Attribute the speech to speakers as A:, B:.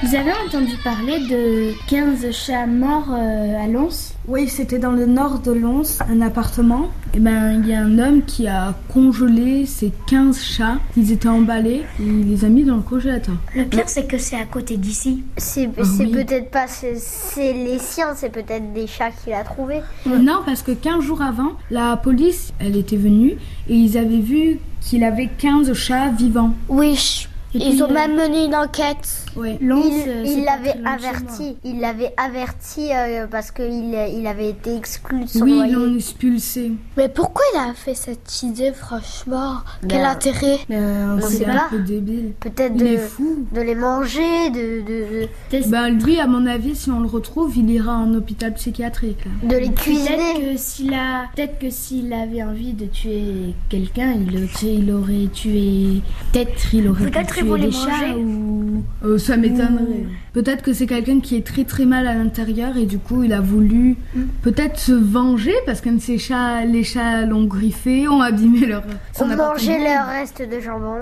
A: Vous avez entendu parler de 15 chats morts euh, à Lons
B: Oui, c'était dans le nord de Lons, un appartement. Et ben, il y a un homme qui a congelé ses 15 chats. Ils étaient emballés et il les a mis dans le congélateur.
C: Le pire, c'est que c'est à côté d'ici.
D: C'est
A: Ah
D: c'est peut-être pas c'est- c'est les siens, c'est peut-être des chats qu'il a trouvés.
B: Non, parce que 15 jours avant, la police, elle était venue et ils avaient vu qu'il avait 15 chats vivants.
D: Oui, je- ils ont même mené une enquête.
B: Ouais.
A: Lons, euh, c'est
D: Il
A: pas
D: l'avait
A: très loin de chez moi.
D: averti. Il l'avait averti euh, parce qu'il il avait été exclu de son
B: Oui, ils
D: loyer.
B: l'ont expulsé.
D: Mais pourquoi il a fait cette idée, franchement Quel
A: Bah,
D: intérêt
B: Euh,
D: Non,
B: c'est
D: c'est
B: un
D: pas.
B: peu débile.
D: Peut-être
B: Il est
D: de,
B: fou.
D: de les manger, de, de,
B: Bah, lui, à mon avis, si on le retrouve, il ira en hôpital psychiatrique. là.
D: de- de les
A: Peut-être
D: cuisiner.
A: que s'il a, peut-être que s'il avait envie de tuer quelqu'un, il, le- tu sais, il aurait tué. Peut-être il aurait
C: Peut-être
A: tué
C: ils vont
A: des
C: les
A: chats
C: manger.
A: ou.
B: Euh, ça m'étonnerait. Peut-être que c'est quelqu'un qui est très très mal à l'intérieur et du coup il a voulu peut-être se venger parce que ses chats, les chats l'ont griffé, ont abîmé leur. son
D: On
B: appartement.
D: mangeait leur reste de jambon.